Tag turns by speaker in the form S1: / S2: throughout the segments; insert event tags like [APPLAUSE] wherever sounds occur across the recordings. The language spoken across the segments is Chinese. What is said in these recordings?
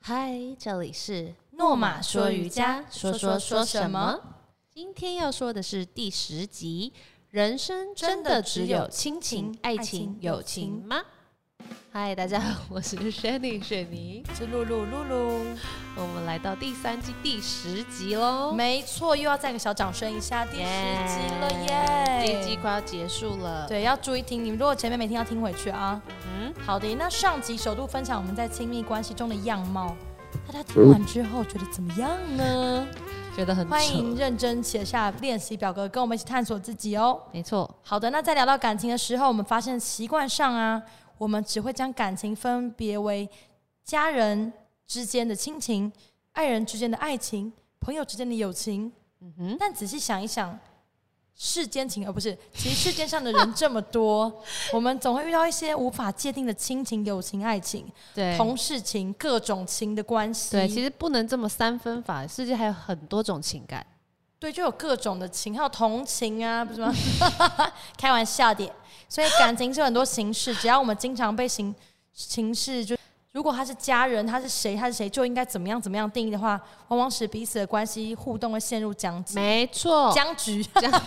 S1: 嗨，这里是诺玛说瑜伽，说说说什么？今天要说的是第十集：人生真的只有亲情、爱情、友情吗？嗨，大家好， [LAUGHS] 我是 Shanny 雪妮，
S2: 是露露露露，
S1: 我们来到第三季第十集喽。
S2: 没错，又要再个小掌声一下，第十集了耶！
S1: 这一季快要结束了。，
S2: 对，要注意听。你们如果前面没听，要听回去啊。
S1: 嗯，
S2: 好的，那上集首度分享我们在亲密关系中的样貌，大家听
S1: 嗯
S2: 完之后觉得怎么样呢？
S1: 觉得很
S2: 欢
S1: 扯
S2: 迎认真写下练习表格，跟我们一起探索自己哦。
S1: 没错，
S2: 好的，那在聊到感情的时候，我们发现习惯上啊，我们只会将感情分别为家人之间的亲情、爱人之间的爱情、朋友之间的友情。
S1: 嗯哼，
S2: 但仔细想一想，世间情而呃不是，其实世间上的人这么多，
S1: [LAUGHS]
S2: 我们总会遇到一些无法界定的亲情、友情、爱情、
S1: 对，
S2: 同事情、各种情的关系。
S1: 对，其实不能这么三分法，世界还有很多种情感。
S2: 对，就有各种的情，还有同情啊，不是吗？ [LAUGHS] 开玩笑的。所以感情是有很多形式，只要我们经常被形形式就，如果他是家人，他是谁，他是谁，就应该怎么样怎么样定义的话，往往使彼此的关系互动会陷入僵局。
S1: 没错，
S2: 僵局，
S1: 僵局，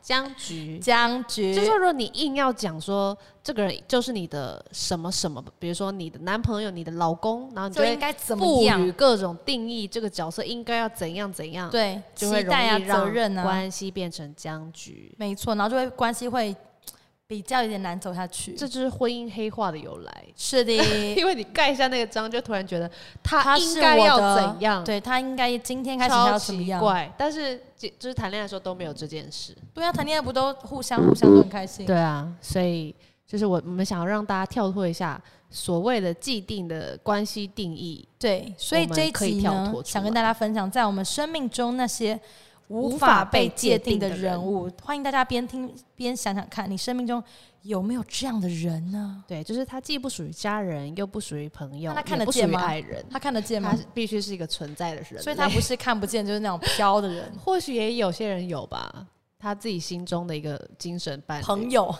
S1: 僵
S2: [LAUGHS]
S1: 局。
S2: 僵局，
S1: 就是说如果你硬要讲说这个人就是你的什么什么，比如说你的男朋友、你的老公，然后你就
S2: 就
S1: 会
S2: 应该怎么
S1: 赋予
S2: 样？
S1: 各种定义，这个角色应该要怎样怎样，，
S2: 对，
S1: 就会
S2: 期
S1: 容
S2: 待啊，
S1: 易
S2: 责任
S1: 让
S2: 啊，
S1: 关系变成僵局。
S2: 没错，然后就会关系会比较有点难走下去。
S1: 这就是婚姻黑化的由来， [LAUGHS]
S2: 是的，
S1: 因为你盖一下那个章，就突然觉得他
S2: 他
S1: 应
S2: 是
S1: 该
S2: 我
S1: 要
S2: 的
S1: 怎样，
S2: 对他应该今天开始他
S1: 超
S2: 要怎么
S1: 奇
S2: 样？
S1: 怪。但是就就是谈恋爱的时候都没有这件事。
S2: 对啊，谈恋爱不都互相互相都很开心？
S1: 对啊，所以就是我我们想要让大家跳脱一下所谓的既定的关系定义，
S2: 对，所以
S1: 我们
S2: 这一
S1: 可以
S2: 集
S1: 跳
S2: 呢
S1: 脱，出
S2: 想跟
S1: 来
S2: 大家分享在我们生命中那些
S1: 无
S2: 无
S1: 法
S2: 法
S1: 被
S2: 被
S1: 界
S2: 界定
S1: 定
S2: 的
S1: 的
S2: 人
S1: 人
S2: 物。欢迎大家边听边想想看，你生命中有没有这样的人呢？
S1: 对，就是它既不属于家人，又不属于朋友，
S2: 那他
S1: 也
S2: 看得
S1: 不属
S2: 见
S1: 于
S2: 吗
S1: 爱人，
S2: 他看得见吗
S1: 它？是必须是一个存在的人。，
S2: 所以他不是看不见，就是那种飘的人
S1: 或许也有些人有吧，他自己心中的一个精神伴侣 [LAUGHS]
S2: 朋。友。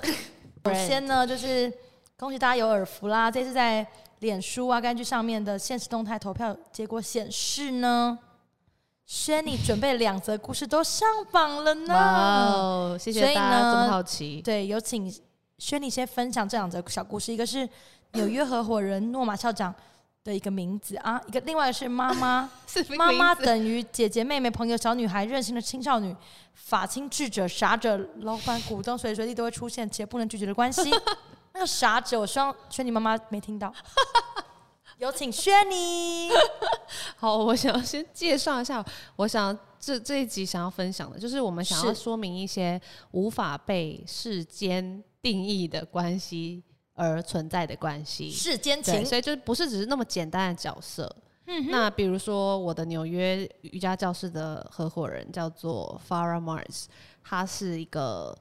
S2: 首
S1: Friend
S2: 先呢，就是恭喜大家有耳福啦！这次在脸书啊、干剧上面的现实动态投票结果显示呢，Shanny 准备两则故事都上榜了呢。
S1: 哇哦，谢谢
S2: 所以
S1: 大家这么
S2: 呢
S1: 好奇。
S2: 对，有请轩你先分享这两则小故事，一个是纽约合伙人诺玛校长的一个名字啊，一个另外一个是妈妈，
S1: [LAUGHS] 是
S2: 妈妈等于姐姐、妹妹、朋友、小女孩、任性的青少女、法亲、智者、傻者、老板、股东，随时随地都会出现且不能拒绝的关 [LAUGHS] 系。那个傻者，我希望轩你妈妈没听 [LAUGHS] 到。有请轩尼，
S1: 好，我想要先介绍一下，我想这这一集想要分享的，就是我们想要
S2: 是
S1: 说明一些无法被世间定义的关系而存在的关系。
S2: 世间
S1: 对，
S2: 情，
S1: 所以就不是只是那么简单的角色。那比如说，我的纽约瑜伽教室的合伙人叫做 Farah Mars，他是一个，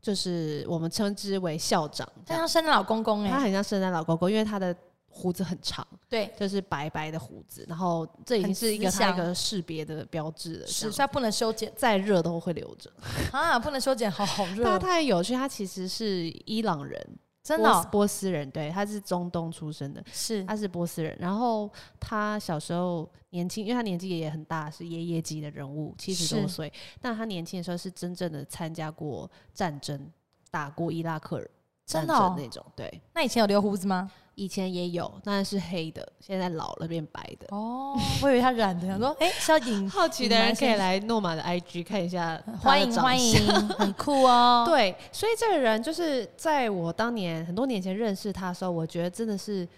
S1: 就是我们称之为校长这
S2: 但
S1: 样。
S2: 她生了老公公哎、
S1: 他很像圣诞老狗狗，因为他的胡子很长，
S2: 对，
S1: 就是白白的胡子，然后这已经是一个
S2: 很慈
S1: 他
S2: 祥
S1: 一个识别的标志了。
S2: 是，所以
S1: 这样
S2: 她不能修 [LAUGHS] 剪
S1: 再热都会留着。
S2: 啊，不能修剪，好好热
S1: 他
S2: 哦，
S1: 他很有趣，他其实是伊朗人，
S2: 真的哦、
S1: 波斯波斯人，对，他是中东出生的，
S2: 是
S1: 他是波斯人。然后他小时候年轻，因为他年纪也很大，是爷爷级的人物，七十多
S2: 是
S1: 岁。但他年轻的时候是真正的参加过战争，打过伊拉克人
S2: 真
S1: 战
S2: 的、
S1: 争
S2: 哦。
S1: 那种。对，
S2: 那以前有留胡子吗？
S1: 以前也有，但是黑的，现在老了变白的。
S2: 哦，我以为他染的，想说，哎、是要影，
S1: 好奇的人可以来诺玛的 IG 看一下，
S2: 欢迎欢。迎，很酷哦。
S1: 对，所以这个人就是在我当年很多年前认识他的时候，我觉得真的是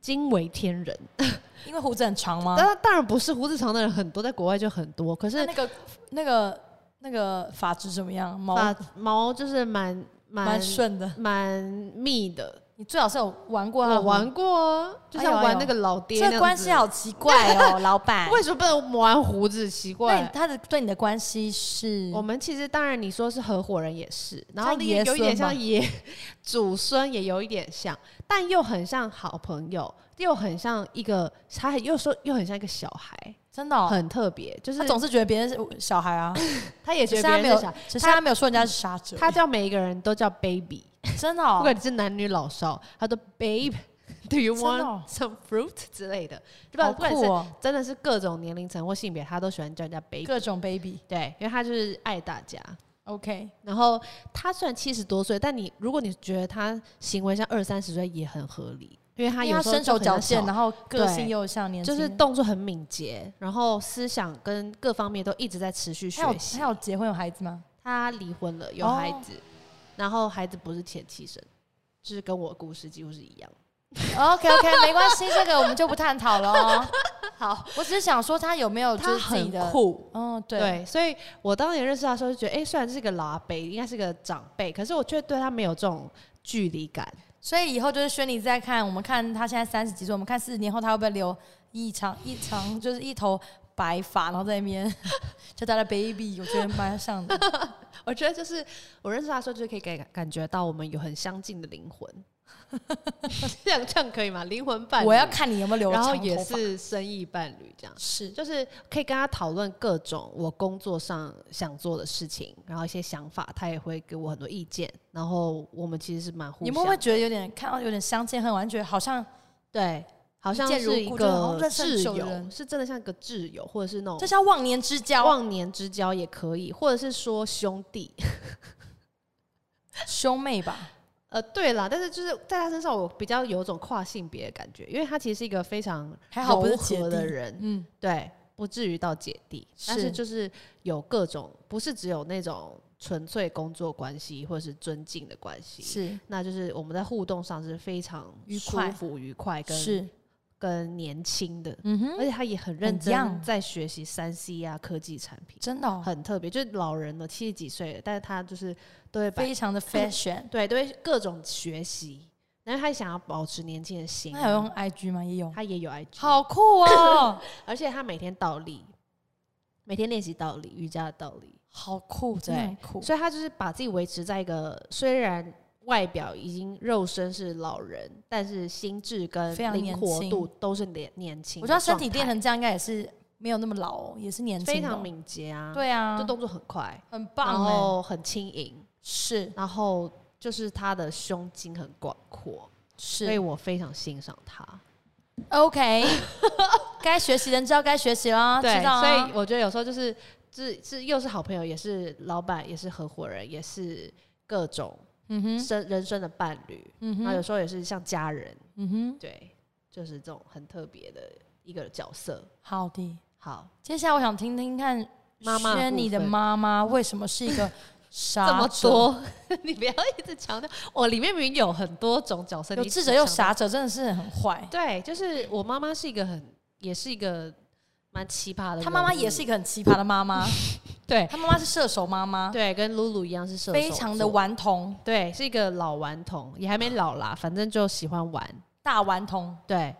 S1: 惊为天人。
S2: [LAUGHS] 对，因为胡子很长吗
S1: 当？然，当然不是胡子长的人很多，在国外就很多，可
S2: 啊那
S1: 是
S2: 那个那个那个发质怎么样？毛
S1: 发毛就是蛮蛮
S2: 蛮顺的。
S1: 蛮密的。
S2: 你最好是有玩过他
S1: 我
S2: 的胡
S1: 玩过啊，就
S2: 哎
S1: 像
S2: 呦哎
S1: 玩
S2: 呦
S1: 那个老爹那样
S2: 这
S1: 子。
S2: 关系好奇
S1: [LAUGHS]
S2: 怪哦，老板。
S1: 为什么不能玩胡子？奇
S2: 那你
S1: 怪。
S2: 他的对你的关系是
S1: 我们其实当然你说是合伙人也是，然后
S2: 嗯像
S1: 也
S2: 爷
S1: 有一点
S2: 孙吗
S1: 像爷 [LAUGHS] 祖孙，也有一点像，但又很像好朋友，又很像一个，他还又说又很像一个小孩，
S2: 真的、哦，
S1: 很特别。就是
S2: 他总是觉得别人是小孩啊，
S1: 他也
S2: 只
S1: [LAUGHS] 觉
S2: 是
S1: 得
S2: 他
S1: 别
S2: 没
S1: 人
S2: 有
S1: 是小孩，，
S2: 只是他没有说人家是杀者。
S1: 他叫每一个人都叫 baby，
S2: 真的、
S1: 不
S2: 哦，
S1: 管你是男女老少，他都 babe。 [LAUGHS] Do you
S2: [LAUGHS] 真的哦
S1: want some fruit 之类的，对吧？
S2: 好
S1: 不管
S2: 酷
S1: 是
S2: 哦，
S1: 真的是各种年龄层或性别，他都喜欢叫人家 baby，
S2: 各种 baby。
S1: 对，因为他就是爱大家。
S2: OK，
S1: 然后他虽然七十多岁，但你如果你觉得他行为像二三十岁也很合理，因为他
S2: 因为
S1: 有
S2: 他
S1: 时候
S2: 身手
S1: 就很
S2: 矫健，
S1: 小
S2: 然后个
S1: 对
S2: 性又像年轻
S1: 就
S2: 人，
S1: 是动作很敏捷，然后思想跟各方面都一直在持续
S2: 他有
S1: 学习
S2: 他。有结婚有孩子吗？
S1: 他离婚了，有
S2: 哦
S1: 孩子，然后孩子不是前妻生，就是跟我的故事几乎是一样。
S2: OK
S1: [LAUGHS]
S2: OK，没关系，这个我们就不探讨了哦。
S1: 好，
S2: 我只是想说他有没有哦就
S1: 他
S2: 是自己
S1: 很
S2: 的，
S1: 酷。
S2: 嗯，对，
S1: 对，所以我当年认识他的时候就觉得，哎、虽然是个老阿伯，应该是个长辈，可是我却对他没有这种距离感。
S2: 所以以后就是轩尼在看，我们看他现在三十几岁，我们看四十年后他会不会留一长一长就是一头白发，然后在那边 [LAUGHS] 就他的 baby，我觉得蛮像
S1: [LAUGHS]
S2: 的。
S1: 我觉得就是我认识他的时候，就是可以感感觉到我们有很相近的灵魂。 [LAUGHS] 这样这样可以吗？灵魂伴侣，
S2: 我要看你有没有留
S1: 然
S2: 长
S1: 后
S2: 头发。
S1: 也是生意伴侣这样。
S2: 是
S1: 就是可以跟他讨论各种我工作上想做的事情，然后一些想法，他也会给我很多意见。然后我们其实是蛮互
S2: 你
S1: 相，
S2: 们会不会觉得有点看到有点相见恨晚，觉得好像
S1: 对，好像
S2: 一见如
S1: 是一
S2: 故就是好
S1: 个
S2: 像认识很
S1: 挚
S2: 久的
S1: 友，
S2: 人
S1: 是真的像一个挚友，或者是那
S2: 这
S1: 种
S2: 叫忘年之交？
S1: 忘年之交也可以，或者是说兄弟。
S2: 兄妹吧？
S1: 呃，对啦，但是就是在他身上，我比较有种跨性别的感觉，因为他其实是一个非常
S2: 还好不是
S1: 柔
S2: 姐
S1: 和的
S2: 弟
S1: 人，
S2: 嗯，
S1: 对，不至于到姐弟，但
S2: 是
S1: 是就是有各种，不是只有那种纯粹工作关系或是尊敬的关系，
S2: 是
S1: 那就是我们在互动上是非常
S2: 愉
S1: 舒
S2: 快
S1: 服、愉快跟
S2: 是，
S1: 跟年轻的，
S2: 嗯哼，
S1: 而且他也很认
S2: 很 young
S1: 真在学习三 C 啊科技产品，
S2: 真的、哦、
S1: 很特别，就是老人了，七十几岁了，但是他就是都会把
S2: 非常的 fashion。
S1: 对都会各种学习，然后他想要保持年轻的心
S2: 那
S1: 啊，
S2: 还有用 IG 吗？也有，
S1: 他也有 IG，
S2: 好酷哦，
S1: 而且他每天倒立，每天练习倒立，瑜伽的倒立，
S2: [LAUGHS] 好酷，真的很酷。
S1: 所以他就是把自己维持在一个虽然外表已经肉身是老人，但是心智跟
S2: 非常
S1: 灵
S2: 年
S1: 活
S2: 轻
S1: 度都是年年轻
S2: 我
S1: 的状态。
S2: 觉得身体练成这样，应该也是没有那么老、哦，也是年轻、
S1: 非常，敏捷啊，、
S2: 对啊，
S1: 就动作很快，
S2: 很
S1: 然
S2: 棒哦。
S1: 后很轻盈，
S2: 是
S1: 然后就是他的胸襟很广阔，所以
S2: 是
S1: 我非常欣赏他。
S2: ，OK，该学习的人知道该学习 [LAUGHS] 啦，
S1: 对，
S2: 知道
S1: 所
S2: 啊
S1: 以我觉得有时候就是，是是又是好朋友，也是老板，也是合伙人，也是各种
S2: 嗯哼，
S1: 生、人生的伴侣，
S2: 嗯
S1: 然后有
S2: 哼，
S1: 时候也是像家人，
S2: 嗯哼，
S1: 对，就是这种很特别的一个角色。
S2: 好的。
S1: 好，
S2: 接下来我想听听看，
S1: 妈妈的
S2: 轩你的
S1: 部分
S2: 妈妈为什么是 [LAUGHS] 一个傻
S1: 这么
S2: 者
S1: 多， [LAUGHS] 你不要一直强调，我里面明明有很多种角色，
S2: 有
S1: 你
S2: 智
S1: 只
S2: 者又
S1: 强调。
S2: 傻者，真的是很坏。
S1: 对，就是我妈妈是一个很，也是一个蛮奇葩的人物，
S2: 他妈妈也是一个很奇葩的妈妈，
S1: 对
S2: 他妈妈是射手妈妈，
S1: 对，跟露露一样是射手
S2: 非常的
S1: 座
S2: 顽童，
S1: 对，是一个老顽童，也还没老啦，反正就喜欢玩，
S2: 大顽童。
S1: 对，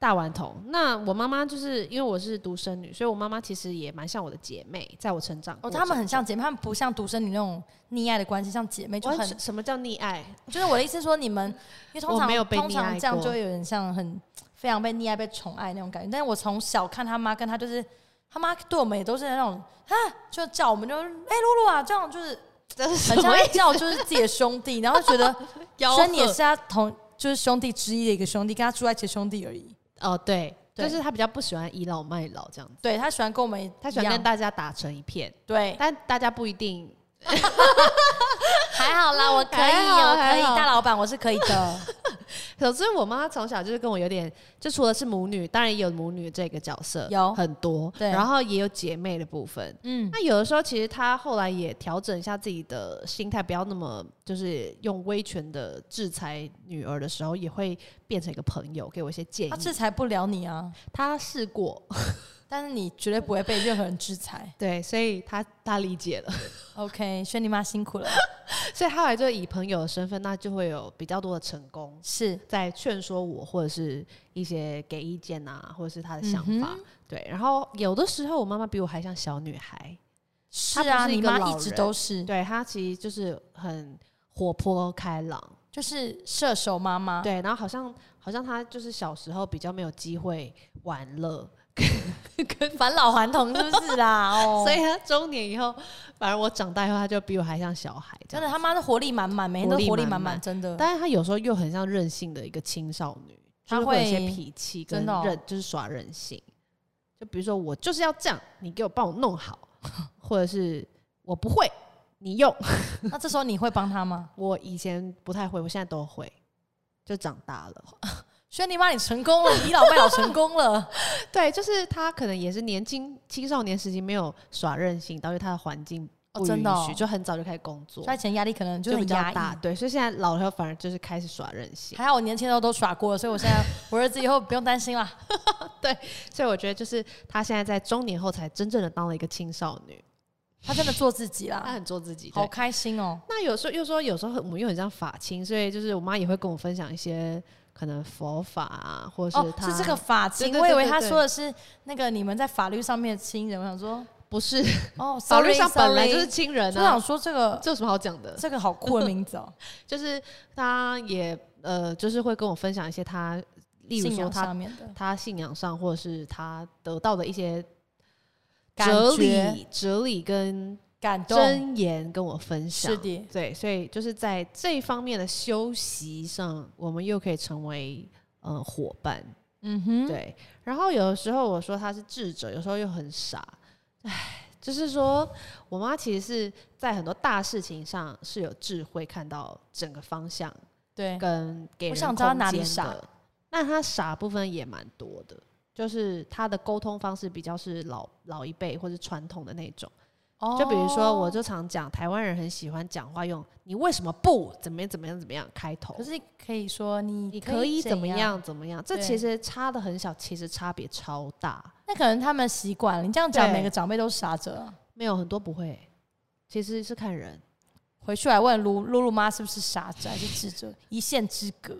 S1: 大顽童。那我妈妈就是因为我是独生女，所以我妈妈其实也蛮像我的姐妹，在我成长
S2: 哦，
S1: 过
S2: 他们
S1: 程
S2: 很像姐妹，他们不像独生女那种溺爱的关系，像姐妹就
S1: 中
S2: 很
S1: 完。全什么叫溺爱？
S2: 就是我的意思是说，你们因为通
S1: 我没有
S2: 常
S1: 被
S2: 通
S1: 溺
S2: 常
S1: 爱
S2: 这样
S1: 过
S2: 就会有点像很非常被溺爱、被宠爱那种感觉。但是我从小看他妈跟他就是他妈对我们也都是那种啊，就叫我们就哎、露露啊，这样就是
S1: 这是什
S2: 很像
S1: 么
S2: 在叫就是自己的兄弟，然后觉 [LAUGHS] 得
S1: 吆
S2: 所以你也
S1: 喝
S2: 是他同就是兄弟之一的一个兄弟，跟他住在一起的兄弟而已。
S1: 哦，对，
S2: 对
S1: 就是她比较不喜欢倚老卖老这样子，
S2: 对他喜欢跟我们一样，
S1: 她喜欢跟大家打成一片，
S2: 对，
S1: 但大家不一定
S2: [LAUGHS] 还好啦，我可以，
S1: 还好
S2: 我可
S1: 还
S2: 以，
S1: 好
S2: 大老板我是可以的，
S1: 总之，我妈妈从小就是跟我有点，就除了是母女，当然也有母女这个角色，
S2: 有
S1: 很多，
S2: 对
S1: 然后也有姐妹的部分。
S2: 嗯，
S1: 那有的时候，其实她后来也调整一下自己的心态，不要那么就是用威权的制裁女儿的时候，也会变成一个朋友，给我一些建议
S2: [LAUGHS] 他。制裁不了你啊，
S1: 她试过，
S2: 但是你绝对不会被任何人制裁。
S1: [LAUGHS] 对，所以她她理解了，
S2: OK，轩尼妈辛苦了，
S1: 所以她后来就以朋友的身份，那就会有比较多的成功。
S2: 是
S1: 在劝说我，或者是一些给意见啊，或者是他的想
S2: 嗯
S1: 法。对，然后有的时候我妈妈比我还像小女孩，
S2: 是
S1: 他
S2: 啊，
S1: 不是
S2: 你
S1: 一个
S2: 妈
S1: 老
S2: 一直
S1: 人
S2: 都是，
S1: 对她其实就是很活泼开朗。
S2: 就是射手妈妈，
S1: 对，然后好像好像她就是小时候比较没有机会玩乐，
S2: [LAUGHS] 返老还童是不是啦？
S1: [LAUGHS]
S2: 哦，
S1: 所以她中年以后，反而我长大以后，她就比我还像小孩这
S2: 真
S1: 样。
S2: 的他妈的活力满满，每天都
S1: 活力
S2: 活力
S1: 满
S2: 满
S1: 满
S2: 满，真的。
S1: 但是她有时候又很像任性的一个青少女，就是
S2: 他
S1: 会有一些
S2: 会
S1: 脾气跟
S2: 真的哦
S1: 任，就是耍任性。就比如说我就是要这样，你给我帮我弄好，
S2: [LAUGHS]
S1: 或者是我不会，你用。
S2: 那这时候你会帮他吗？
S1: 我以前不太会，我现在都会，就长大了。
S2: [LAUGHS] 轩尼妈，你成功了，你倚老卖老成
S1: [LAUGHS]
S2: 功了。
S1: 对，就是他可能也是年轻青少年时期没有耍任性，导致他的环境不
S2: 哦
S1: 允许，
S2: 真的哦
S1: 就很早就开始工作，
S2: 他以前压力可能就是
S1: 比
S2: 很
S1: 较
S2: 压抑，
S1: 大。对，所以现在老了以后反而就是开始耍任性。
S2: 还好我年轻的时候都耍过了，所以我现在我儿子以后不用担心啦。
S1: 所以我觉得就是他现在在中年后才真正的当了一个青少女，
S2: 他真的做自己
S1: 他
S2: 啦，
S1: 很做自己。 [LAUGHS] 对
S2: 好开心哦。
S1: 那有时候又说，有时候很我们又很像法亲，所以就是我妈也会跟我分享一些可能佛法啊，或者
S2: 哦
S1: 是，她、
S2: 是这个法亲，
S1: 对对
S2: 我以
S1: 对
S2: 为
S1: 对
S2: 他
S1: 对
S2: 说的是那个你们在法律上面的亲人。我想说，
S1: 不是
S2: 哦，
S1: 法 [LAUGHS] 律
S2: sorry，
S1: 上本来
S2: sorry
S1: 就是亲人
S2: 我
S1: 啊
S2: 想，说这个
S1: 这有什么好讲的？
S2: 这个好酷的名字哦，
S1: 就是她也呃，就是会跟我分享一些她，例如
S2: 信
S1: 说
S2: 仰
S1: 她
S2: 上面的
S1: 她信仰上，或者是她得到的一些
S2: 感
S1: 哲
S2: 觉
S1: 理、哲理跟
S2: 感动，
S1: 真言跟我分享。
S2: 是的，
S1: 对，所以就是在这一方面的修习上，我们又可以成为呃伙伴。
S2: 嗯哼，
S1: 对，然后有的时候我说他是智者，有时候又很傻，唉，就是说我妈其实是在很多大事情上是有智慧，看到整个方向
S2: 对，
S1: 跟给
S2: 我
S1: 人
S2: 想知道她
S1: 空
S2: 哪里
S1: 间
S2: 傻
S1: 的。那她傻部分也蛮多的，就是她的沟通方式比较是老老一辈或是传统的那种。就比如说，我
S2: 哦，
S1: 就常讲台湾人很喜欢讲话用“你为什么不怎么样怎么样怎么样”开头
S2: 可，是可以说你
S1: 你可以怎么
S2: 样？
S1: 样怎么样，这
S2: 对
S1: 其实差的很小，其实差别超大。
S2: 那可能他们习惯了，你这样讲，
S1: 对
S2: 每个长辈都是傻者啊。
S1: 没有很多不会，其实是看人。
S2: 回去来问露露露妈是不是傻子还是智者，一线之隔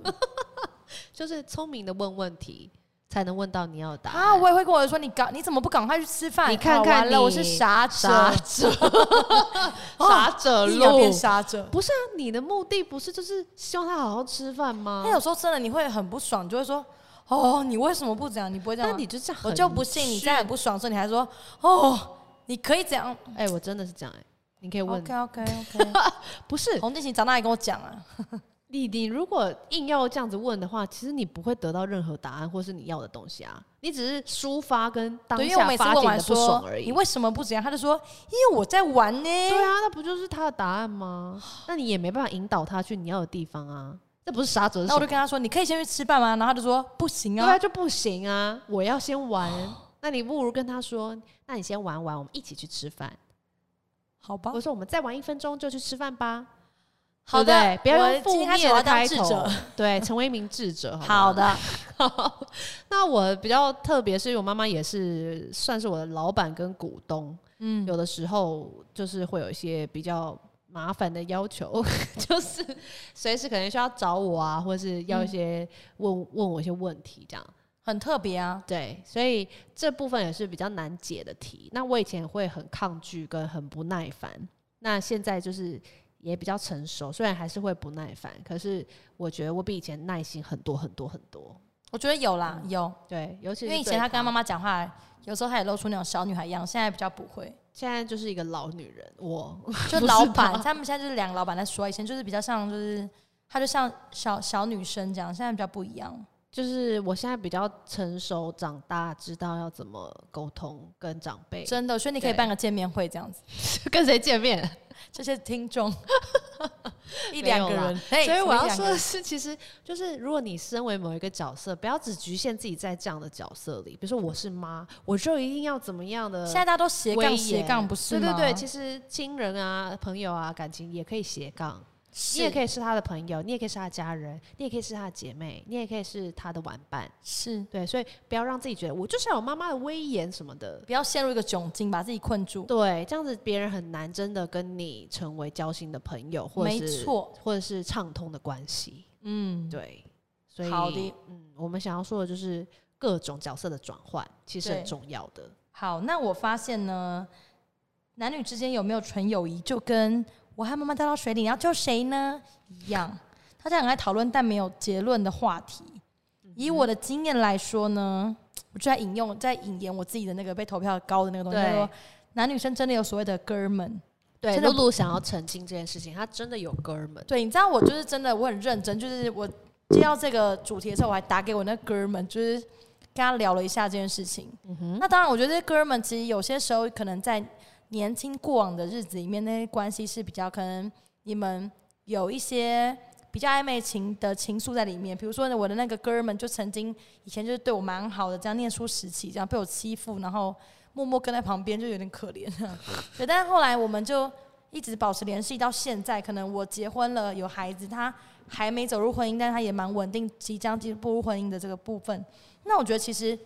S1: 就是聪明的问问题，才能问到你要的答
S2: 啊！
S1: 案。
S2: 我也会跟我儿子说，你赶你怎么不赶快去吃饭？
S1: 你看看
S2: 啊完了，
S1: 你
S2: 我是傻者，
S1: 傻
S2: [LAUGHS]
S1: 者，傻者 [LAUGHS]
S2: 一秒
S1: 路
S2: 变。傻者。
S1: 不是啊，你的目的不是就是希望他好好吃饭吗
S2: 那？有时候真的你会很不爽，你就会说哦，你为什么不这样？你不会这样
S1: 那
S2: 吗？
S1: 你就这样，
S2: 我就不信你在很。不爽的时候，你还说哦，你可以这样。
S1: 哎、我真的是这样哎、你可以问
S2: OK OK OK，
S1: [LAUGHS] 不是
S2: 洪敬行长大也跟我讲啊，
S1: 你，你如果硬要这样子问的话，其实你不会得到任何答案，或是你要的东西啊。你只是抒发跟当
S2: 对，因为我
S1: 下
S2: 每次
S1: 发
S2: 问
S1: 泄
S2: 完
S1: 的不爽
S2: 说
S1: 而已
S2: 你。为什么不这样，他就说因为我在玩呢。
S1: 对啊，那不就是他的答案
S2: [SIGHS]
S1: 吗？那你也没办法引导他去你要的地方啊，这不是傻者是什
S2: 那我
S1: 么
S2: 就？跟他说：“你可以先去吃饭吗？”然后他就说：“不行
S1: 对
S2: 啊
S1: 啊，，就不行啊，我要先
S2: [GASPS]
S1: 玩。那你不如跟他说，那你先玩玩，我们一起去吃饭。
S2: 好吧
S1: 我。说我们再玩一分钟就去吃饭吧。”
S2: 好的
S1: 对不对不要
S2: 我
S1: 用负
S2: 今天开始
S1: 面
S2: 我
S1: 的
S2: 要当
S1: 开
S2: 智
S1: 头
S2: 者，
S1: 对，成为一名智者。”
S2: 好的，
S1: 好， [LAUGHS] 那我比较特别，是因为我妈妈也是算是我的老板跟股东，
S2: 嗯，
S1: 有的时候就是会有一些比较麻烦的要求， [LAUGHS] 就是随时可能需要找我啊，或是要一
S2: 嗯
S1: 些问、问我一些问题这样。
S2: 很特别啊。
S1: 对，所以这部分也是比较难解的题。那我以前会很抗拒跟很不耐烦，那现在就是也比较成熟，虽然还是会不耐烦，可是我觉得我比以前耐心很多很多很多。
S2: 我觉得有啦，有，
S1: 对，尤其
S2: 因
S1: 是
S2: 为以
S1: 嗯对
S2: 前他跟他妈妈讲话，有时候他也露出那种小女孩一样，现在比较不会。
S1: 现在就是一个老女人，
S2: [LAUGHS]
S1: 我
S2: 就
S1: 不是
S2: 老
S1: 吧
S2: 板，他们现在就是两个老板在说，以前就是比较像，就是他就像小小女生这样，现在比较不一样。
S1: 就是我现在比较成熟、长大，知道要怎么沟通跟长辈，
S2: 真的，所以你可以
S1: 对
S2: 办个见面会这样子，
S1: 跟谁见
S2: [LAUGHS]
S1: 面。
S2: 这些
S1: [LAUGHS]
S2: 听众一
S1: 没有
S2: 两个
S1: 啦
S2: 人，嘿
S1: 所以
S2: 什么
S1: 我
S2: 一
S1: 要
S2: 哎两个
S1: 说的
S2: 人
S1: 是，其实就是如果你身为某一个角色，不要只局限自己在这样的角色里。比如说我是妈，我就一定要怎么样的
S2: 现在大家都斜
S1: 威
S2: 杠
S1: 严。
S2: 斜杠，不是
S1: 对对
S2: 吗？
S1: 对，其实亲人啊、朋友啊、感情也可以斜杠，
S2: 是
S1: 你也可以是他的朋友，你也可以是他的家人，你也可以是他的姐妹，你也可以是他的玩伴。
S2: 是
S1: 对，所以不要让自己觉得我就是要有妈妈的威严什么的。
S2: 不要陷入一个窘境，把自己困住。
S1: 对，这样子别人很难真的跟你成为交心的朋友，或者
S2: 没
S1: 是
S2: 错，
S1: 或者是畅通的关系。
S2: 嗯，
S1: 对，所以
S2: 好的
S1: 嗯，我们想要说的就是各种角色的转换，其实
S2: 对
S1: 很重要的。
S2: 好，那我发现呢，男女之间有没有纯友谊，就跟我和妈妈掉到水里，你要救谁呢一样，大家很爱讨论但没有结论的话题。以我的经验来说呢，我就在引用，在引言我自己的那个被投票高的那个东西，
S1: 对
S2: 叫做男女生真的有所谓的哥们。
S1: 对
S2: 真的
S1: 露露想要澄清这件事情，她真的有哥们，
S2: 对，你知道我就是真的，我很认真，就是我接到这个主题的时候，我还打给我那哥们，就是跟他聊了一下这件事情。那当然，我觉得这哥们其实有些时候可能在年轻过往的日子里面，那些关系是比较可能你们有一些比较暧昧情的情愫在里面。比如说呢，我的那个哥们就曾经以前就是对我蛮好的，这样念书时期这样被我欺负，然后默默跟在旁边，就有点可怜。 [LAUGHS] 对，但是后来我们就一直保持联系到现在，可能我结婚了，有孩子，他还没走入婚姻，但他也蛮稳定，即将进步入婚姻的这个部分。那我觉得其实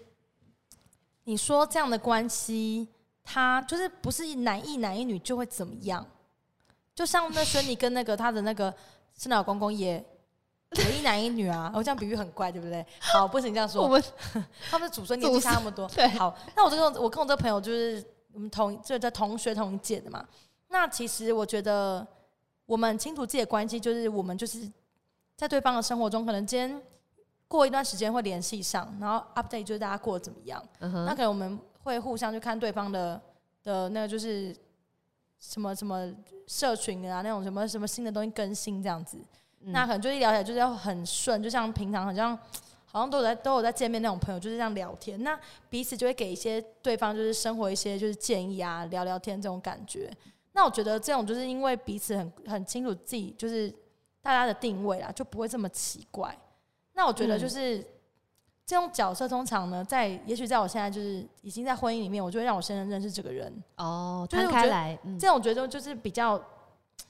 S2: 你说这样的关系，他就是不是男一男一女就会怎么样？就像那轩尼跟那个他的那个圣老公公也。有一男一女啊，我、这样比喻很怪，对不对？好，不行这样说。
S1: [LAUGHS] 我们
S2: [LAUGHS] 他们的祖孙年纪差那么多。
S1: 对
S2: 好，那我就跟我我跟我这个朋友就是我们同就在同学同届的嘛。那其实我觉得我们清楚自己的关系，就是我们就是在对方的生活中，可能今天过一段时间会联系上，然后 update 就是大家过得怎么样。
S1: 嗯哼，
S2: 那可能我们会互相去看对方的的那个就是什么什么社群啊，那种什么什么新的东西更新这样子。
S1: 嗯
S2: 那可能就一聊起来就是要很顺，就像平常好像好像都有在都有在见面那种朋友，就是这样聊天。那彼此就会给一些对方就是生活一些就是建议啊，聊聊天这种感觉。那我觉得这种就是因为彼此很很清楚自己就是大家的定位啊啦，就不会这么奇怪。那我觉
S1: 嗯
S2: 得就是、这种角色通常呢，在也许在我现在就是已经在婚姻里面，我就会让我先生认识这个人。
S1: 哦，
S2: 就是
S1: 摊
S2: 我
S1: 开
S2: 觉得
S1: 来，嗯，
S2: 这种我觉得就是比较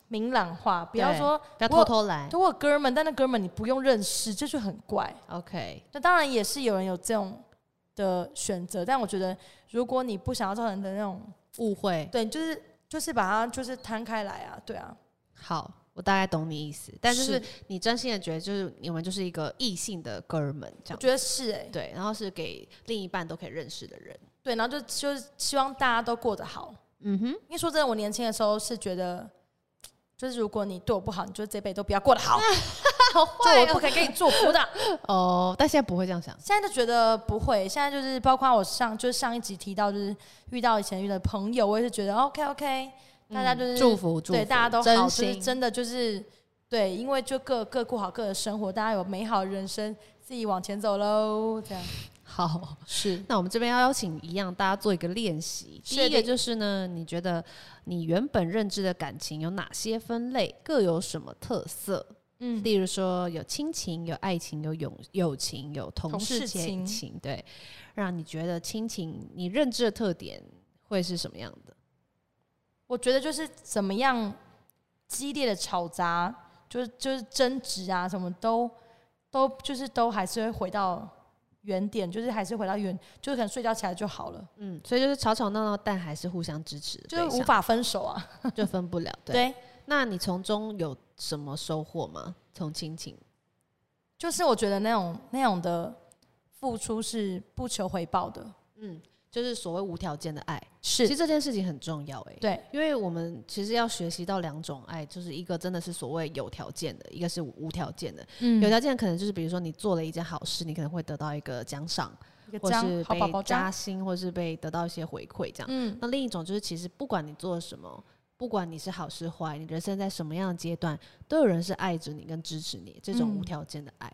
S2: 明朗化，不要
S1: 对
S2: 说
S1: 不要
S2: 我
S1: 偷偷来
S2: 如果哥们，但那哥们你不用认识，这就很怪。
S1: ，OK，
S2: 那当然也是有人有这种的选择，但我觉得如果你不想要造成的那种，
S1: 误会，
S2: 对，就是就是把它就是摊开来啊，对啊，
S1: 好。我大概懂你意思，但就是
S2: 是
S1: 你真心的觉得，就是你们就是一个异性的哥们这
S2: 我
S1: 样，
S2: 觉得是哎、
S1: 对，然后是给另一半都可以认识的人，
S2: 对，然后就就是希望大家都过得好。
S1: 嗯哼，
S2: 因为说真的，我年轻的时候是觉得，就是如果你对我不好，你就这辈子都不要过得 [LAUGHS]
S1: [LAUGHS]
S2: 好，
S1: 好
S2: 就我不可以给你祝福
S1: [LAUGHS]
S2: 的。
S1: 哦，但现在不会这样想，
S2: 现在就觉得不会，现在就是包括我上就是上一集提到，就是遇到以前遇到的朋友，我也是觉得 OK OK，大家就是、
S1: 嗯祝福祝福，
S2: 对大家都好，
S1: 真
S2: 就是
S1: 心
S2: 真的就是对，因为就各各过好各的生活，大家有美好的人生，自己往前走喽，这样
S1: 好。
S2: 是
S1: 那我们这边要邀请一样，大家做一个练习。第
S2: 是
S1: 一个
S2: 的
S1: 就是呢，你觉得你原本认知的感情有哪些分类，各有什么特色？
S2: 嗯
S1: 例如说有亲情、有爱情、有友友情、有同
S2: 同
S1: 事
S2: 事
S1: 情
S2: 情
S1: 情，对，让你觉得亲情你认知的特点会是什么样的？
S2: 我觉得就是怎么样激烈的吵杂，就是就是争执啊，什么都都就是都还是会回到原点，就是还是回到原，就是可能睡觉起来就好了，
S1: 嗯，所以就是吵吵闹闹，但还是互相支持的对
S2: 就
S1: 象，
S2: 是无法分手啊。
S1: 就分不 [LAUGHS] 了。对，
S2: 对，
S1: 那你从中有什么收获吗？从亲情，
S2: 就是我觉得那种那种的付出是不求回报的，
S1: 嗯，就是所谓无条件的爱，其实
S2: 是
S1: 这件事情很重要、欸，
S2: 对，
S1: 因为我们其实要学习到两种爱，就是一个真的是所谓有条件的，一个是无条件的。有
S2: 嗯，
S1: 条件可能就是比如说你做了一件好事，你可能会得到一个奖赏，
S2: 一个
S1: 或
S2: 章
S1: 是
S2: 好宝宝
S1: 被
S2: 章，
S1: 加薪，或是被得到一些回馈这样。
S2: 嗯，
S1: 那另一种就是其实不管你做什么。不管你是好是坏，你人生在什么样的阶段，都有人是爱着你跟支持你，这种
S2: 嗯
S1: 无条件的爱。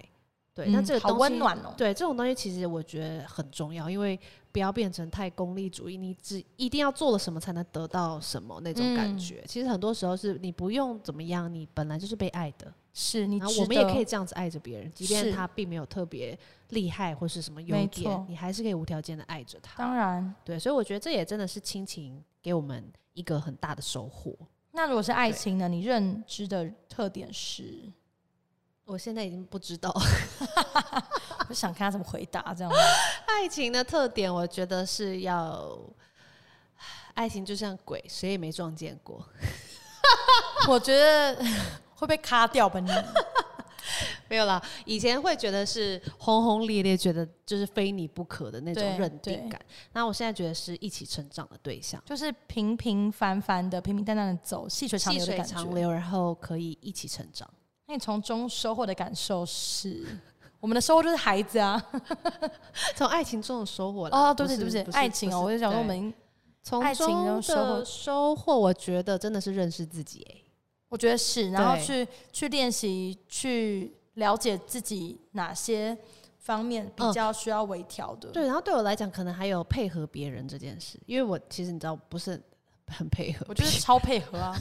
S1: 对，
S2: 嗯
S1: 那这个
S2: 好
S1: 东西
S2: 温暖哦，
S1: 对这种东西，其实我觉得很重要，因为不要变成太功利主义，你只一定要做了什么才能得到什么那种感
S2: 嗯
S1: 觉。其实很多时候是你不用怎么样，你本来就是被爱的，
S2: 是你
S1: 然后
S2: 值
S1: 我们也可以
S2: 得，
S1: 这样子爱着别人，即便
S2: 是
S1: 他并没有特别厉害或是什么优
S2: 没
S1: 点
S2: 错，
S1: 你还是可以无条件的爱着他。
S2: 当然。
S1: 对，所以我觉得这也真的是亲情给我们一个很大的收获。
S2: 那如果是爱情呢？你认知的特点是？
S1: 我现在已经不知道
S2: 我就想看他怎么回答这样。
S1: [LAUGHS] 爱情的特点，我觉得是要，爱情就像鬼，谁也没撞见过。
S2: [LAUGHS]
S1: [LAUGHS]
S2: 我觉得会被卡掉吧你？
S1: 没有啦，以前会觉得是轰轰烈烈，觉得就是非你不可的那种
S2: 对
S1: 认定
S2: 对
S1: 感。那我现在觉得是一起成长的对象，
S2: 就是平平凡凡的、平平淡淡的走，细水长
S1: 细
S2: 流的
S1: 水
S2: 感
S1: 长
S2: 觉。
S1: 流，然后可以一起成长。
S2: 那你从中收获的感受是？我们的收获就是孩子啊！
S1: 从爱情中的收获啦
S2: 哦，对不起，对
S1: 不
S2: 不
S1: 是
S2: 起，爱情哦，我就想说我。
S1: 对
S2: 们，
S1: 从
S2: 爱情
S1: 中
S2: 中收获
S1: 的收获，我觉得真的是认识自己、欸。
S2: 我觉得是，然后
S1: 对
S2: 去去练习去了解自己哪些方面
S1: 嗯
S2: 比较需要微调的。
S1: 对，然后对我来讲，可能还有配合别人这件事，因为我其实你知道不是很配合
S2: 我
S1: 别
S2: 就
S1: 人，
S2: 是超配合啊，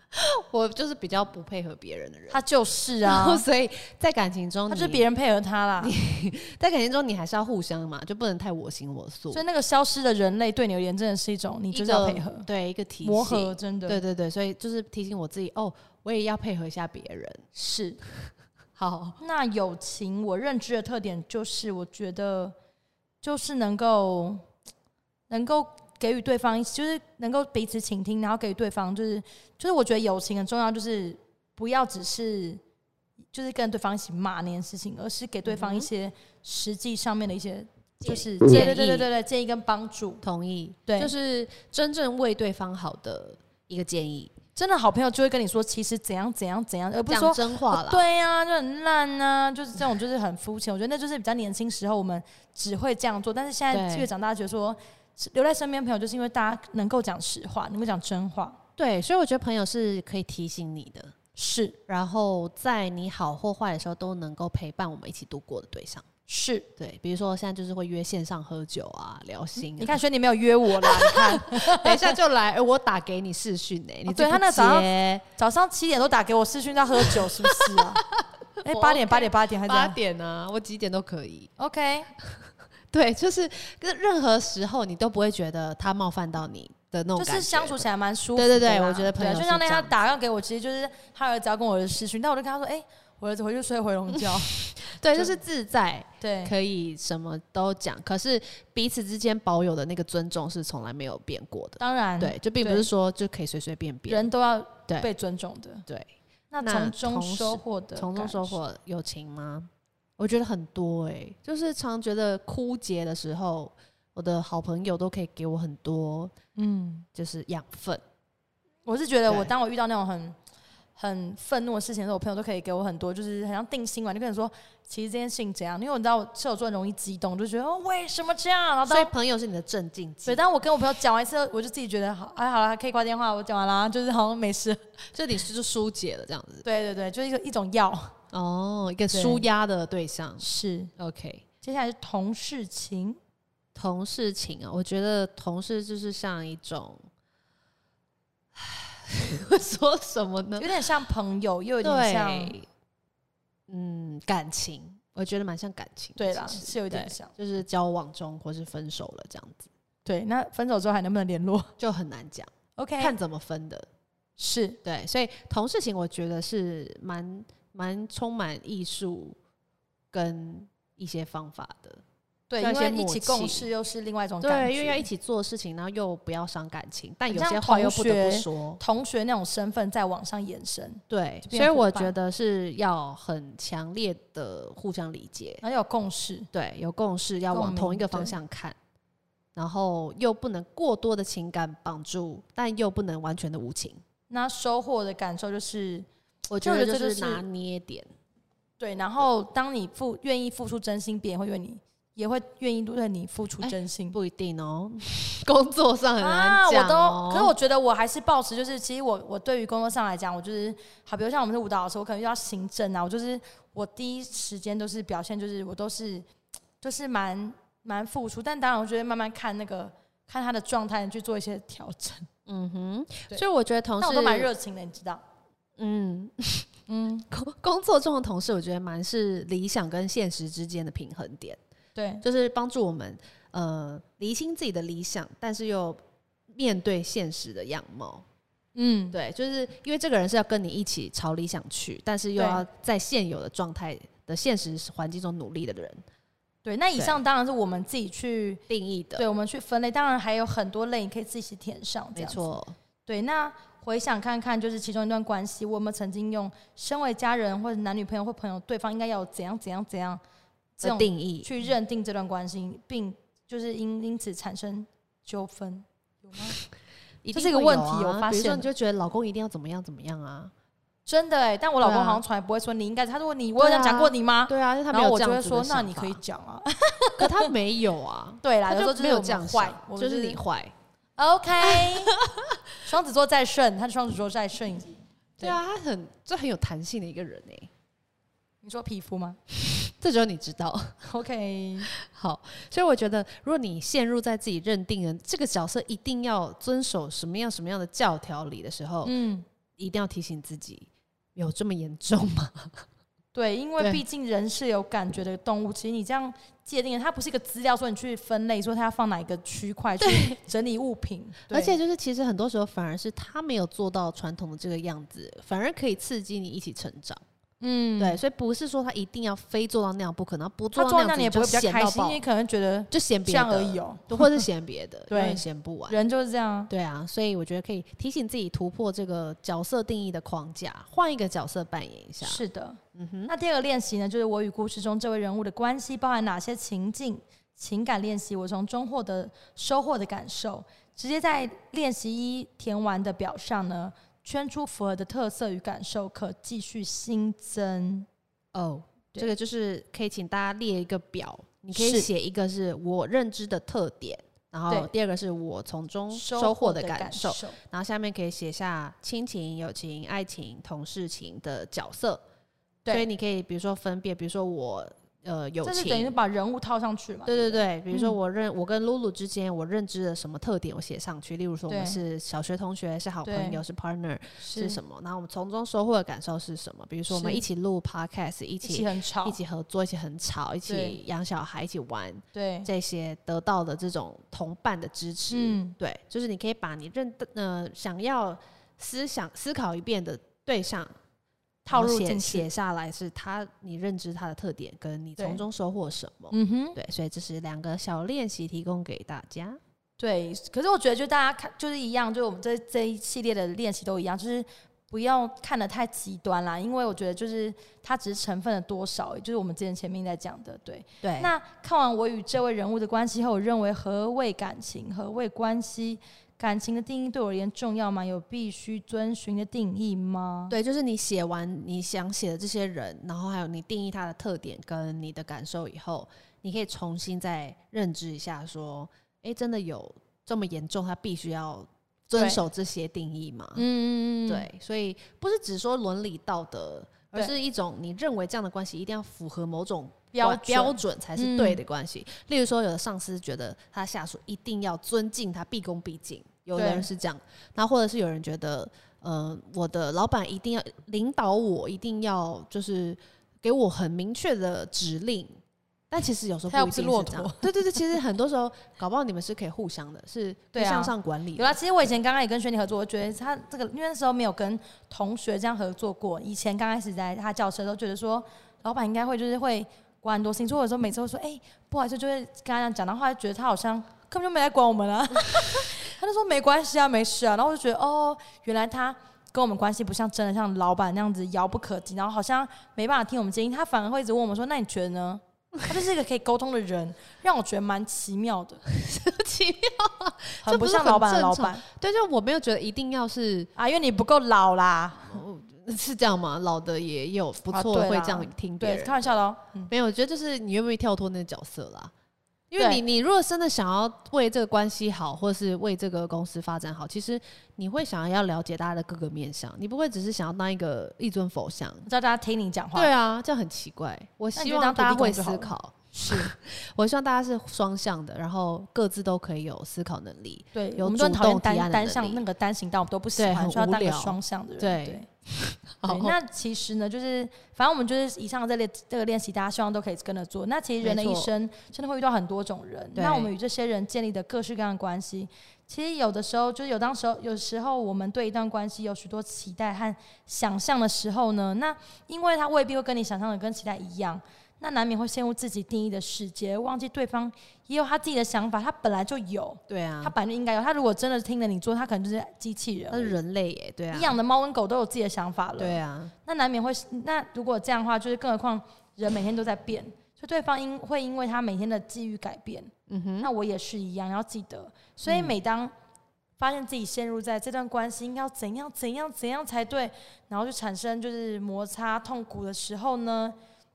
S1: [LAUGHS] 我就是比较不配合别人的人。
S2: 他就是
S1: 然后
S2: 啊，
S1: 所以在感情中你，
S2: 他就是别人配合他啦。
S1: 在感情中你还是要互相嘛，就不能太我行我素
S2: 所。以那个消失的人类对你而言，真的是一种你
S1: 一
S2: 就是要
S1: 个
S2: 配合、
S1: 对一个提
S2: 磨
S1: 醒
S2: 合，真的
S1: 对对对，所以就是提醒我自己，哦，我也要配合一下别人。
S2: 是。
S1: 好，
S2: 那友情，我认知的特点就是，我觉得就是能够能够给予对方，就是能够彼此倾听，然后给予对方，就是就是我觉得友情很重要，就是不要只是就是跟对方一起骂那件事情，而是给对方一些实际上面的一些就是
S3: 建议
S2: 嗯建对对对对对建议跟帮助。
S1: 同意，
S2: 对
S1: 就是真正为对方好的一个建议，
S2: 真的好朋友就会跟你说，其实怎样怎样怎样，而不是说哦
S1: 讲真话啦。
S2: 对呀、就很烂呐、就是这种就是很肤浅。我觉得那就是比较年轻时候我们只会这样做，但是现在
S1: 对
S2: 越长大，觉得说是留在身边的朋友，就是因为大家能够讲实话，能够讲真话，
S1: 对，所以我觉得朋友是可以提醒你的，
S2: 是
S1: 然后在你好或坏的时候都能够陪伴我们一起度过的对象。
S2: 是。
S1: 对，比如说现在就是会约线上喝酒啊，聊心、啊。
S2: 你看，轩你没有约我啦，你 [LAUGHS] 看
S1: 等一下就来，呃我打给你视讯呢、你
S2: 对
S1: 自
S2: 他那
S1: 己
S2: 早上
S1: 接
S2: 早上七点都打给我视讯在喝酒，是不是 [LAUGHS] 啊？哎、
S1: 我
S2: 八点
S1: OK
S2: 八点八点还这
S1: 八
S2: 样
S1: 点啊，我几点都可以。
S2: ，OK，
S1: 对，就是跟任何时候你都不会觉得他冒犯到你的那种
S2: 就
S1: 感觉，
S2: 是相处起来蛮舒服的
S1: 对
S2: 啦。
S1: 对对我觉得朋友
S2: 对，就是像那
S1: 这
S2: 天他
S1: 样
S2: 打电话给我，其实就是他儿子要跟我的视讯，但我就跟他说，哎、我儿子回去睡回笼 [LAUGHS] 觉。
S1: 对，就是自在，
S2: 对，
S1: 可以什么都讲，可是彼此之间保有的那个尊重是从来没有变过的。
S2: 当然，
S1: 嗯对，就并不
S2: 对
S1: 是说就可以随随便便。
S2: 人都要
S1: 对
S2: 被尊重的。
S1: 对，
S2: 那
S1: 那
S2: 从中
S1: 同时
S2: 收获的，
S1: 从中收。获友情吗？我觉得很多诶、就是常觉得枯竭的时候，我的好朋友都可以给我很多
S2: 嗯，
S1: 就是养分。
S2: 我是觉得我
S1: 对
S2: 当我遇到那种很很愤怒的事情的时候，我朋友都可以给我很多，就是很像定心丸，就跟你说，其实这件事情怎样，因为我知道我射手座很容易激动，就觉得哦为什么这样，然后
S1: 所以
S2: 当。
S1: 朋友是你的镇静
S2: 所以，
S1: 剂，
S2: 当我跟我朋友讲完一次，我就自己觉得好，哎，好了，可以挂电话，我讲完了， [LAUGHS] 就是好像没事。
S1: 就你是就疏解了这样子。
S2: 对对对，就是一个一种药。
S1: 哦，一个
S2: 对
S1: 舒压的对象。
S2: 是，
S1: OK，
S2: 接下来是同事情，
S1: 同事情啊，我觉得同事就是像一种， [LAUGHS] 唉说什么呢
S2: 有？点像朋友，又有点像，
S1: 对，嗯，感情，我觉得蛮像感情的。
S2: 对啦，
S1: 其实
S2: 是有点
S1: 对
S2: 像。
S1: 就是交往中或是分手了这样子，
S2: 对，那分手之后还能不能联络
S1: 就很难讲，
S2: ？OK，
S1: 看怎么分的。
S2: 是
S1: 对，所以同事情我觉得是蛮蛮充满艺术跟一些方法的。
S2: 对，
S1: 像
S2: 因
S1: 一
S2: 为
S1: 些
S2: 一
S1: 默
S2: 起共
S1: 契
S2: 事又是另外一种感觉，
S1: 对，因为要一起做事情，然后又不要伤感情，但
S2: 很
S1: 有
S2: 像
S1: 些话
S2: 同
S1: 又不得不
S2: 学
S1: 说。
S2: 同学那种身份在网上延伸，
S1: 对，
S2: 变
S1: 所以
S2: 伙
S1: 我
S2: 伴
S1: 觉得是要很强烈的互相理解，
S2: 然后有共识，
S1: 对，有共识，要往
S2: 共
S1: 同一
S2: 鸣
S1: 个方
S2: 对
S1: 向看，然后又不能过多的情感绑住，但又不能完全的无情。
S2: 那收获的感受就是
S1: 我觉
S2: 就
S1: 得
S2: 是这
S1: 就
S2: 就是是
S1: 拿捏点，
S2: 对。然后当你付愿意付出真心，别人会为你也会愿意对你付出
S1: 哎
S2: 真心。
S1: 不一定哦，工作上很难
S2: 啊我
S1: 讲、
S2: 都，可是
S1: 哦
S2: 我觉得我还是保持，就是其实我我对于工作上来讲，我就是好，比如像我们是舞蹈老师，我可能遇到行政啊，我就是我第一时间都是表现，就是我都是就是蛮蛮付出，但当然我觉得慢慢看那个看他的状态去做一些调整。
S1: 嗯哼，
S2: 对
S1: 所以我觉得同
S2: 但我
S1: 事
S2: 都蛮热情的，你知道？
S1: 嗯，
S2: 嗯，
S1: 工工作中的同事，我觉得蛮是理想跟现实之间的平衡点，
S2: 对，
S1: 就是帮助我们呃厘清自己的理想，但是又面对现实的样貌。
S2: 嗯，
S1: 对，就是因为这个人是要跟你一起朝理想去，但是又
S2: 对
S1: 要在现有的状态的现实环境中努力的人
S2: 对。那以上当然是我们自己去，
S1: 定义的。
S2: 对我们去分类，当然还有很多类你可以自己去填上，这
S1: 没
S2: 样子
S1: 错，
S2: 对，那回想看看，就是其中一段关系，我们曾经用身为家人或者男女朋友或朋友，对方应该要有怎样怎样怎样这
S1: 的
S2: 种
S1: 呃定义
S2: 去认定这段关系，并就是因因此产生纠纷，有吗？
S1: 一
S2: 这
S1: 定
S2: 是一个
S1: 会
S2: 问
S1: 有
S2: 题
S1: 啊
S2: 我发
S1: 比如说
S2: 现
S1: 你就觉得老公一定要怎么样怎么样啊？
S2: 真的哎、但我老公
S1: 对啊
S2: 好像从来不会说你应该，他说你我有这样讲过你吗？
S1: 对啊，因为他没
S2: 然后
S1: 有
S2: 我
S1: 这
S2: 就
S1: 样
S2: 会
S1: 子的
S2: 说，那
S1: 想
S2: 你
S1: 法 [LAUGHS]
S2: 可以，讲啊。，
S1: 可他没有啊
S2: 对啦，
S1: 他
S2: 有时候
S1: 就没有这
S2: 是我
S1: 样
S2: 们坏
S1: 想，
S2: 我们
S1: 就是你坏。
S2: OK。双子座再顺，他是双子座再顺，
S1: 对啊，他很这很有弹性的一个人哎、
S2: 你说皮肤吗
S1: 这只有你知道。 [LAUGHS]
S2: ？OK，
S1: 好，所以我觉得，如果你陷入在自己认定的这个角色一定要遵守什么样什么样的教条里的时候，
S2: 嗯，
S1: 一定要提醒自己，有这么严重吗？
S2: 对，因为
S1: 对
S2: 毕竟人是有感觉的动物，其实你这样界定，它不是一个资料，说你去分类，说它要放哪一个区块去整理物品，对
S1: 而且就是，其实很多时候反而是他没有做到传统的这个样子，反而可以刺激你一起成长。
S2: 嗯，
S1: 对，，所以不是说他一定要非做到那样不可能，不
S2: 他
S1: 做到
S2: 做到那
S1: 样
S2: 你
S1: 子
S2: 也
S1: 你就
S2: 不会比较
S1: 嫌
S2: 开
S1: 到
S2: 心，
S1: 爆
S2: 因为，可能觉得
S1: 就嫌
S2: 这
S1: 别
S2: 样
S1: 的
S2: 而已哦、
S1: 对或者嫌别
S2: [LAUGHS]
S1: 的，
S2: 对
S1: 永远嫌不完。
S2: 人就是这样啊，
S1: [LAUGHS] 对啊，所以我觉得可以提醒自己突破这个角色定义的框架，换一个角色扮演一下。
S2: 是的，
S1: 嗯哼，
S2: 那第二个练习呢，就是我与故事中这位人物的关系包含哪些情境、情感练习，我从中获得收获的感受，直接在练习一填完的表上呢，圈出符合的特色与感受，可继续新增。
S1: 哦，
S2: 对
S1: 这个就是可以请大家列一个表，你可以
S2: 是
S1: 写一个是我认知的特点，然后
S2: 对
S1: 第二个是我从中收获的感受，
S2: 受，
S1: 然后下面可以写下亲情、友情、爱情、同事情的角色。
S2: 对
S1: 所以你可以比如说分辨，比如说我呃友
S2: 这是
S1: 情，
S2: 等于把人物套上去嘛？
S1: 对对对，比如说
S2: 嗯
S1: 我认、我跟露露之间我认知的什么特点，我写上去。例如说我们
S2: 对
S1: 是小学同学，是好朋友，
S2: 对
S1: 是 partner，
S2: 是
S1: 是什么？然后我们从中收获的感受是什么？比如说我们
S2: 是
S1: 一起录 podcast，一
S2: 一
S1: 起
S2: 起很吵，
S1: 一起合作，一起很吵，一起
S2: 对
S1: 养小孩，一起玩，
S2: 对，
S1: 这些得到的这种同伴的支持，
S2: 嗯
S1: 对，就是你可以把你认呃想要思想思考一遍的对象
S2: 套入
S1: 然后写
S2: 进去
S1: 写下来，是他你认知他的特点，跟你从
S2: 对
S1: 中收获什么。
S2: 嗯哼。
S1: 对，所以这是两个小练习提供给大家。
S2: 对，可是我觉得就大家看就是一样，就是我们这这一系列的练习都一样，就是不要看得太极端啦，因为我觉得就是它只是成分的多少，也就是我们之前前面在讲的。对，
S1: 对
S2: 那看完我与这位人物的关系后，我认为何谓感情，何谓关系？感情的定义对我而言重要吗？有必须遵循的定义吗？
S1: 对，就是你写完你想写的这些人，然后还有你定义他的特点跟你的感受以后，你可以重新再认知一下，说，诶，真的有这么严重？他必须要遵
S2: 对
S1: 守这些定义吗？
S2: 嗯，嗯，
S1: 对，所以不是只说伦理道德，而
S2: 对
S1: 是一种你认为这样的关系一定要符合某种
S2: 标
S1: 关标
S2: 准
S1: 准嗯才是对的关系。例如说，有的上司觉得他下属一定要尊敬他，毕恭毕敬，有的
S2: 对
S1: 人是这样，那或者是有人觉得，呃，我的老板一定要领导我，一定要就是给我很明确的指令。但其实有时候
S2: 他又
S1: 不一
S2: 不是
S1: 定
S2: 骆
S1: 这样
S2: 驼
S1: 对对对，其实很多时候搞不好你们是可以互相的，是可以
S2: 对啊
S1: 向上管理的。
S2: 有啦，其实我以前刚刚也跟轩尼合作，我觉得他这个，因为那时候没有跟同学这样合作过。以前刚开始在他教室的时候，觉得说老板应该会就是会管很多事情，所以我有时候每次会说，哎、不好意思，就会跟他这样讲，然后后来觉得他好像根本就没来管我们啊，他就说没关系啊，没事啊，然后我就觉得哦，原来他。跟我们关系不像真的像老板那样子遥不可及，然后好像没办法听我们建议，他反而会一直问我们说：“那你觉得呢？”他就是一个可以沟通的人，让我觉得蛮奇
S1: [LAUGHS]
S2: 妙的，
S1: 奇妙啊，
S2: 很
S1: 不
S2: 不
S1: 是
S2: 像
S1: 很
S2: 老板的
S1: 正
S2: 老
S1: 常
S2: 板。
S1: 对，就我没有觉得一定要是
S2: 啊，因为你不够老啦。
S1: [LAUGHS] 是这样嘛，老的也有不
S2: 啊
S1: 错、
S2: 对
S1: 会
S2: 啦
S1: 这样听别
S2: 对，
S1: 人
S2: 开。玩笑的哦。嗯，
S1: 没有，我觉得就是你愿不愿意跳脱那个角色啦。因为你，
S2: 对
S1: 你如果真的想要为这个关系好，或是为这个公司发展好，其实你会想要了解大家的各个面相，你不会只是想要当一个一尊佛像。
S2: 我知道大家听你讲话。
S1: 对啊，这样很奇怪。我
S2: 那你
S1: 希
S2: 就
S1: 望
S2: 当土
S1: 大家
S2: 地公
S1: 会
S2: 就好
S1: 思
S2: 了
S1: 考，是 [LAUGHS] 我希望大家是双向的，然后各自都可以有思考能力。
S2: 对，
S1: 有
S2: 我们都很
S1: 主
S2: 讨厌
S1: 动提案的
S2: 单单
S1: 能力
S2: 向那个单行道，我们都不喜
S1: 对
S2: 欢，
S1: 很
S2: 所以要
S1: 无
S2: 当个
S1: 聊
S2: 双向的人。
S1: 对
S2: 对，
S1: 好
S2: 对，那其实呢，就是反正我们就是以上这练这个练习，大家希望都可以跟着做。那其实人的
S1: 没
S2: 一
S1: 错
S2: 生真的会遇到很多种人，
S1: 对
S2: 那我们与这些人建立的各式各样的关系，其实有的时候就是有当时候有时候我们对一段关系有许多期待和想象的时候呢，那因为他未必会跟你想象的跟期待一样。那难免会陷入自己定义的世界，忘记对方也有他自己的想法，他本来就有，
S1: 对啊
S2: 他，本来就应该有。他如果真的听了你做，他可能就是机器人
S1: 他是人类耶，对啊
S2: 一，样的猫跟狗都有自己的想法了。
S1: 对啊，
S2: 那难免会，那如果这样的话，就是更何况人每天都在变，所以对方因会因为他每天的际遇改变，
S1: 嗯哼，嗯
S2: 那我也是一样，要记得。所以每当发现自己陷入在这段关系应该要怎样怎样怎样才对，然后就产生就是摩擦痛苦的时候呢，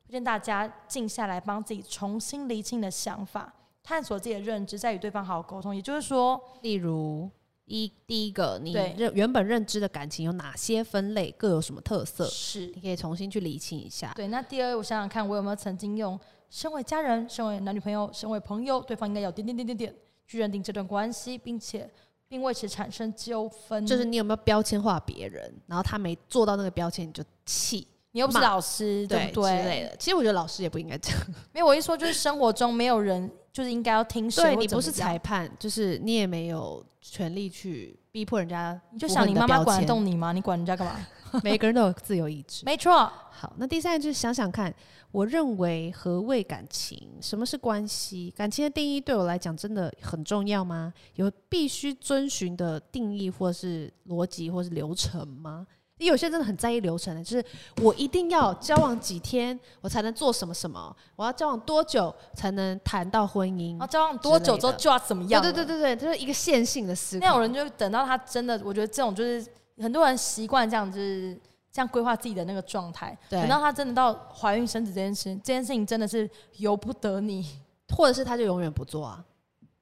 S2: 推荐大家静下来，帮自己重新厘清你的想法，探索自己的认知，再与对方好好沟通。也就是说，
S1: 例如，一第一个，你
S2: 对
S1: 认原本认知的感情有哪些分类，各有什么特色？
S2: 是
S1: 你可以重新去理清一下。
S2: 对。那第二，我想想看，我有没有曾经用身为家人、身为男女朋友、身为朋友，对方应该有点点点点点去认定这段关系，并且并为此产生纠纷。
S1: 就是你有没有标签化别人，然后他没做到那个标签你就气，
S2: 你又不是
S1: 骂
S2: 老师，对不
S1: 之类
S2: 对？
S1: 的。其实我觉得老师也不应该这样，
S2: 没有，我一说就是生活中没有人就是应该要听谁
S1: 对
S2: 或
S1: 你
S2: 怎
S1: 不
S2: 么
S1: 是
S2: 样
S1: 裁判，就是你也没有权利去逼迫人家
S2: 你
S1: 符合的标签。
S2: 就想你妈妈管
S1: [LAUGHS]
S2: 得动你吗？你管人家干嘛？
S1: 每个人都有自由意志。
S2: 没错，
S1: 好，那第三个就是想想看，我认为何谓感情？什么是关系？感情的定义对我来讲真的很重要吗？有必须遵循的定义，或是逻辑，或是流程吗？因为有些人真的很在意流程的，就是我一定要交往几天，我才能做什么什么，我要交往多久才能谈到婚姻
S2: 然后？交往多久之后就要怎么
S1: 对
S2: 样？
S1: 哦对对，对对，就是一个线性的思
S2: 那种
S1: 考。
S2: 人就等到他真的，我觉得这种就是很多人习惯这样，就是这样规划自己的那个状态。
S1: 对
S2: 等到他真的到怀孕生子这件事，这件事情真的是由不得你
S1: 或者是他就永远不做啊，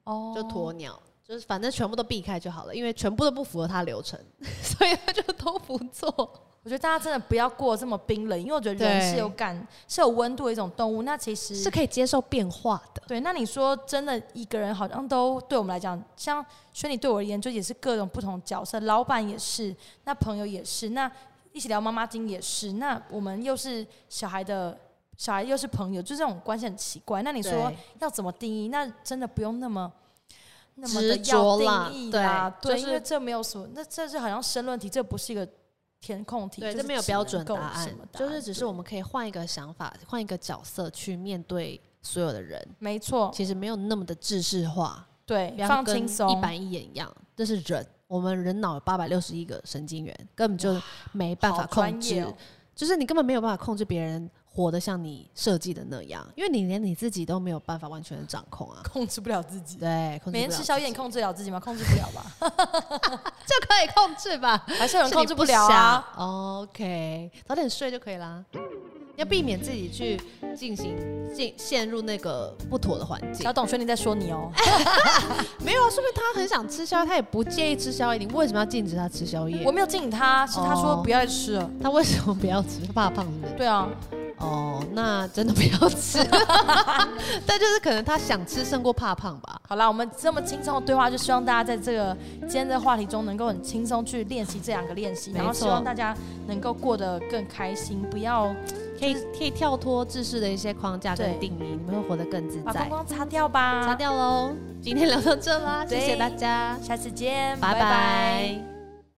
S2: 哦
S1: 就鸵鸟，就是反正全部都避开就好了，因为全部都不符合他流 [LAUGHS] 程，所以他就都不做。
S2: 我觉得大家真的不要过得这么冰冷，因为我觉得人
S1: 对
S2: 是有感、是有温度的一种动物。那其实
S1: 是可以接受变化的。
S2: 对，那你说真的，一个人好像都对我们来讲，像轩你对我而言，就也是各种不同角色，老板也是，那朋友也是，那一起聊妈妈经也是，那我们又是小孩的小孩，又是朋友，就这种关系很奇怪。那你
S1: 你
S2: 说
S1: 说
S2: 要怎么定义？那真的不用那么。那么
S1: 执
S2: 的要
S1: 着啦
S2: 定义啦，
S1: 对
S2: 对，
S1: 就
S2: 因为
S1: 是
S2: 这没有什么，那这是好像申论题，这不是一个填空题，
S1: 对，
S2: 就
S1: 这
S2: 是
S1: 没有
S2: 只
S1: 标
S2: 能
S1: 准
S2: 够
S1: 答
S2: 什
S1: 案
S2: 么，答
S1: 就是只是
S2: 对
S1: 我们可以换一个想法，换一个角色去面对所有的人。
S2: 没错，
S1: 其实没有那么的制式化，
S2: 哦对
S1: 不，要
S2: 放
S1: 跟
S2: 轻松，
S1: 一板一眼一样，这是人。我们人脑有八百六十一个神经元，根本就没办法
S2: 好专
S1: 控
S2: 业
S1: 制，
S2: 哦
S1: 就是你根本没有办法控制别人活得像你设计的那样，因为你连你自己都没有办法完全的掌控 [LAUGHS] 啊。
S2: 控制不了自己。
S1: 对，控制
S2: 每天
S1: 不了
S2: 吃宵夜，
S1: 自
S2: 你
S1: 己
S2: 控制了自己吗？控制不了
S1: [LAUGHS]
S2: 吧？
S1: 就可以控制吧？ [LAUGHS]
S2: 还是有人
S1: 是
S2: 控
S1: 你
S2: 制了啊？
S1: 想。OK，早点睡就可以啦。要避免自己去进行进陷入那个不妥的环境
S2: 小。董轩，你在说你哦。
S1: 哎没有啊，说明他很想吃宵夜，他也不介意吃宵夜。你为什么要禁止他吃宵夜
S2: 我？没有禁止他，是他说
S1: 哦
S2: 不要再吃了。
S1: 他为什么不要吃？他怕胖是不是？
S2: 对啊，
S1: 哦，那真的不要吃。 [LAUGHS] 但就是可能他想吃胜过怕胖吧。
S2: 好啦，我们这么轻松的对话，就希望大家在这个今天的话题中能够很轻松去练习这两个练习，
S1: 没
S2: 然后希
S1: 错
S2: 望大家能够过得更开心，不要
S1: 可以可以跳脱制式的一些框架
S2: 对
S1: 跟定义，你们会活得更自
S2: 把光
S1: 在。
S2: 光擦掉吧。
S1: 擦，掉喽，今天聊到这啦，谢谢
S2: 对
S1: 大家，
S2: 下次见，
S1: 拜
S2: 拜拜
S1: 拜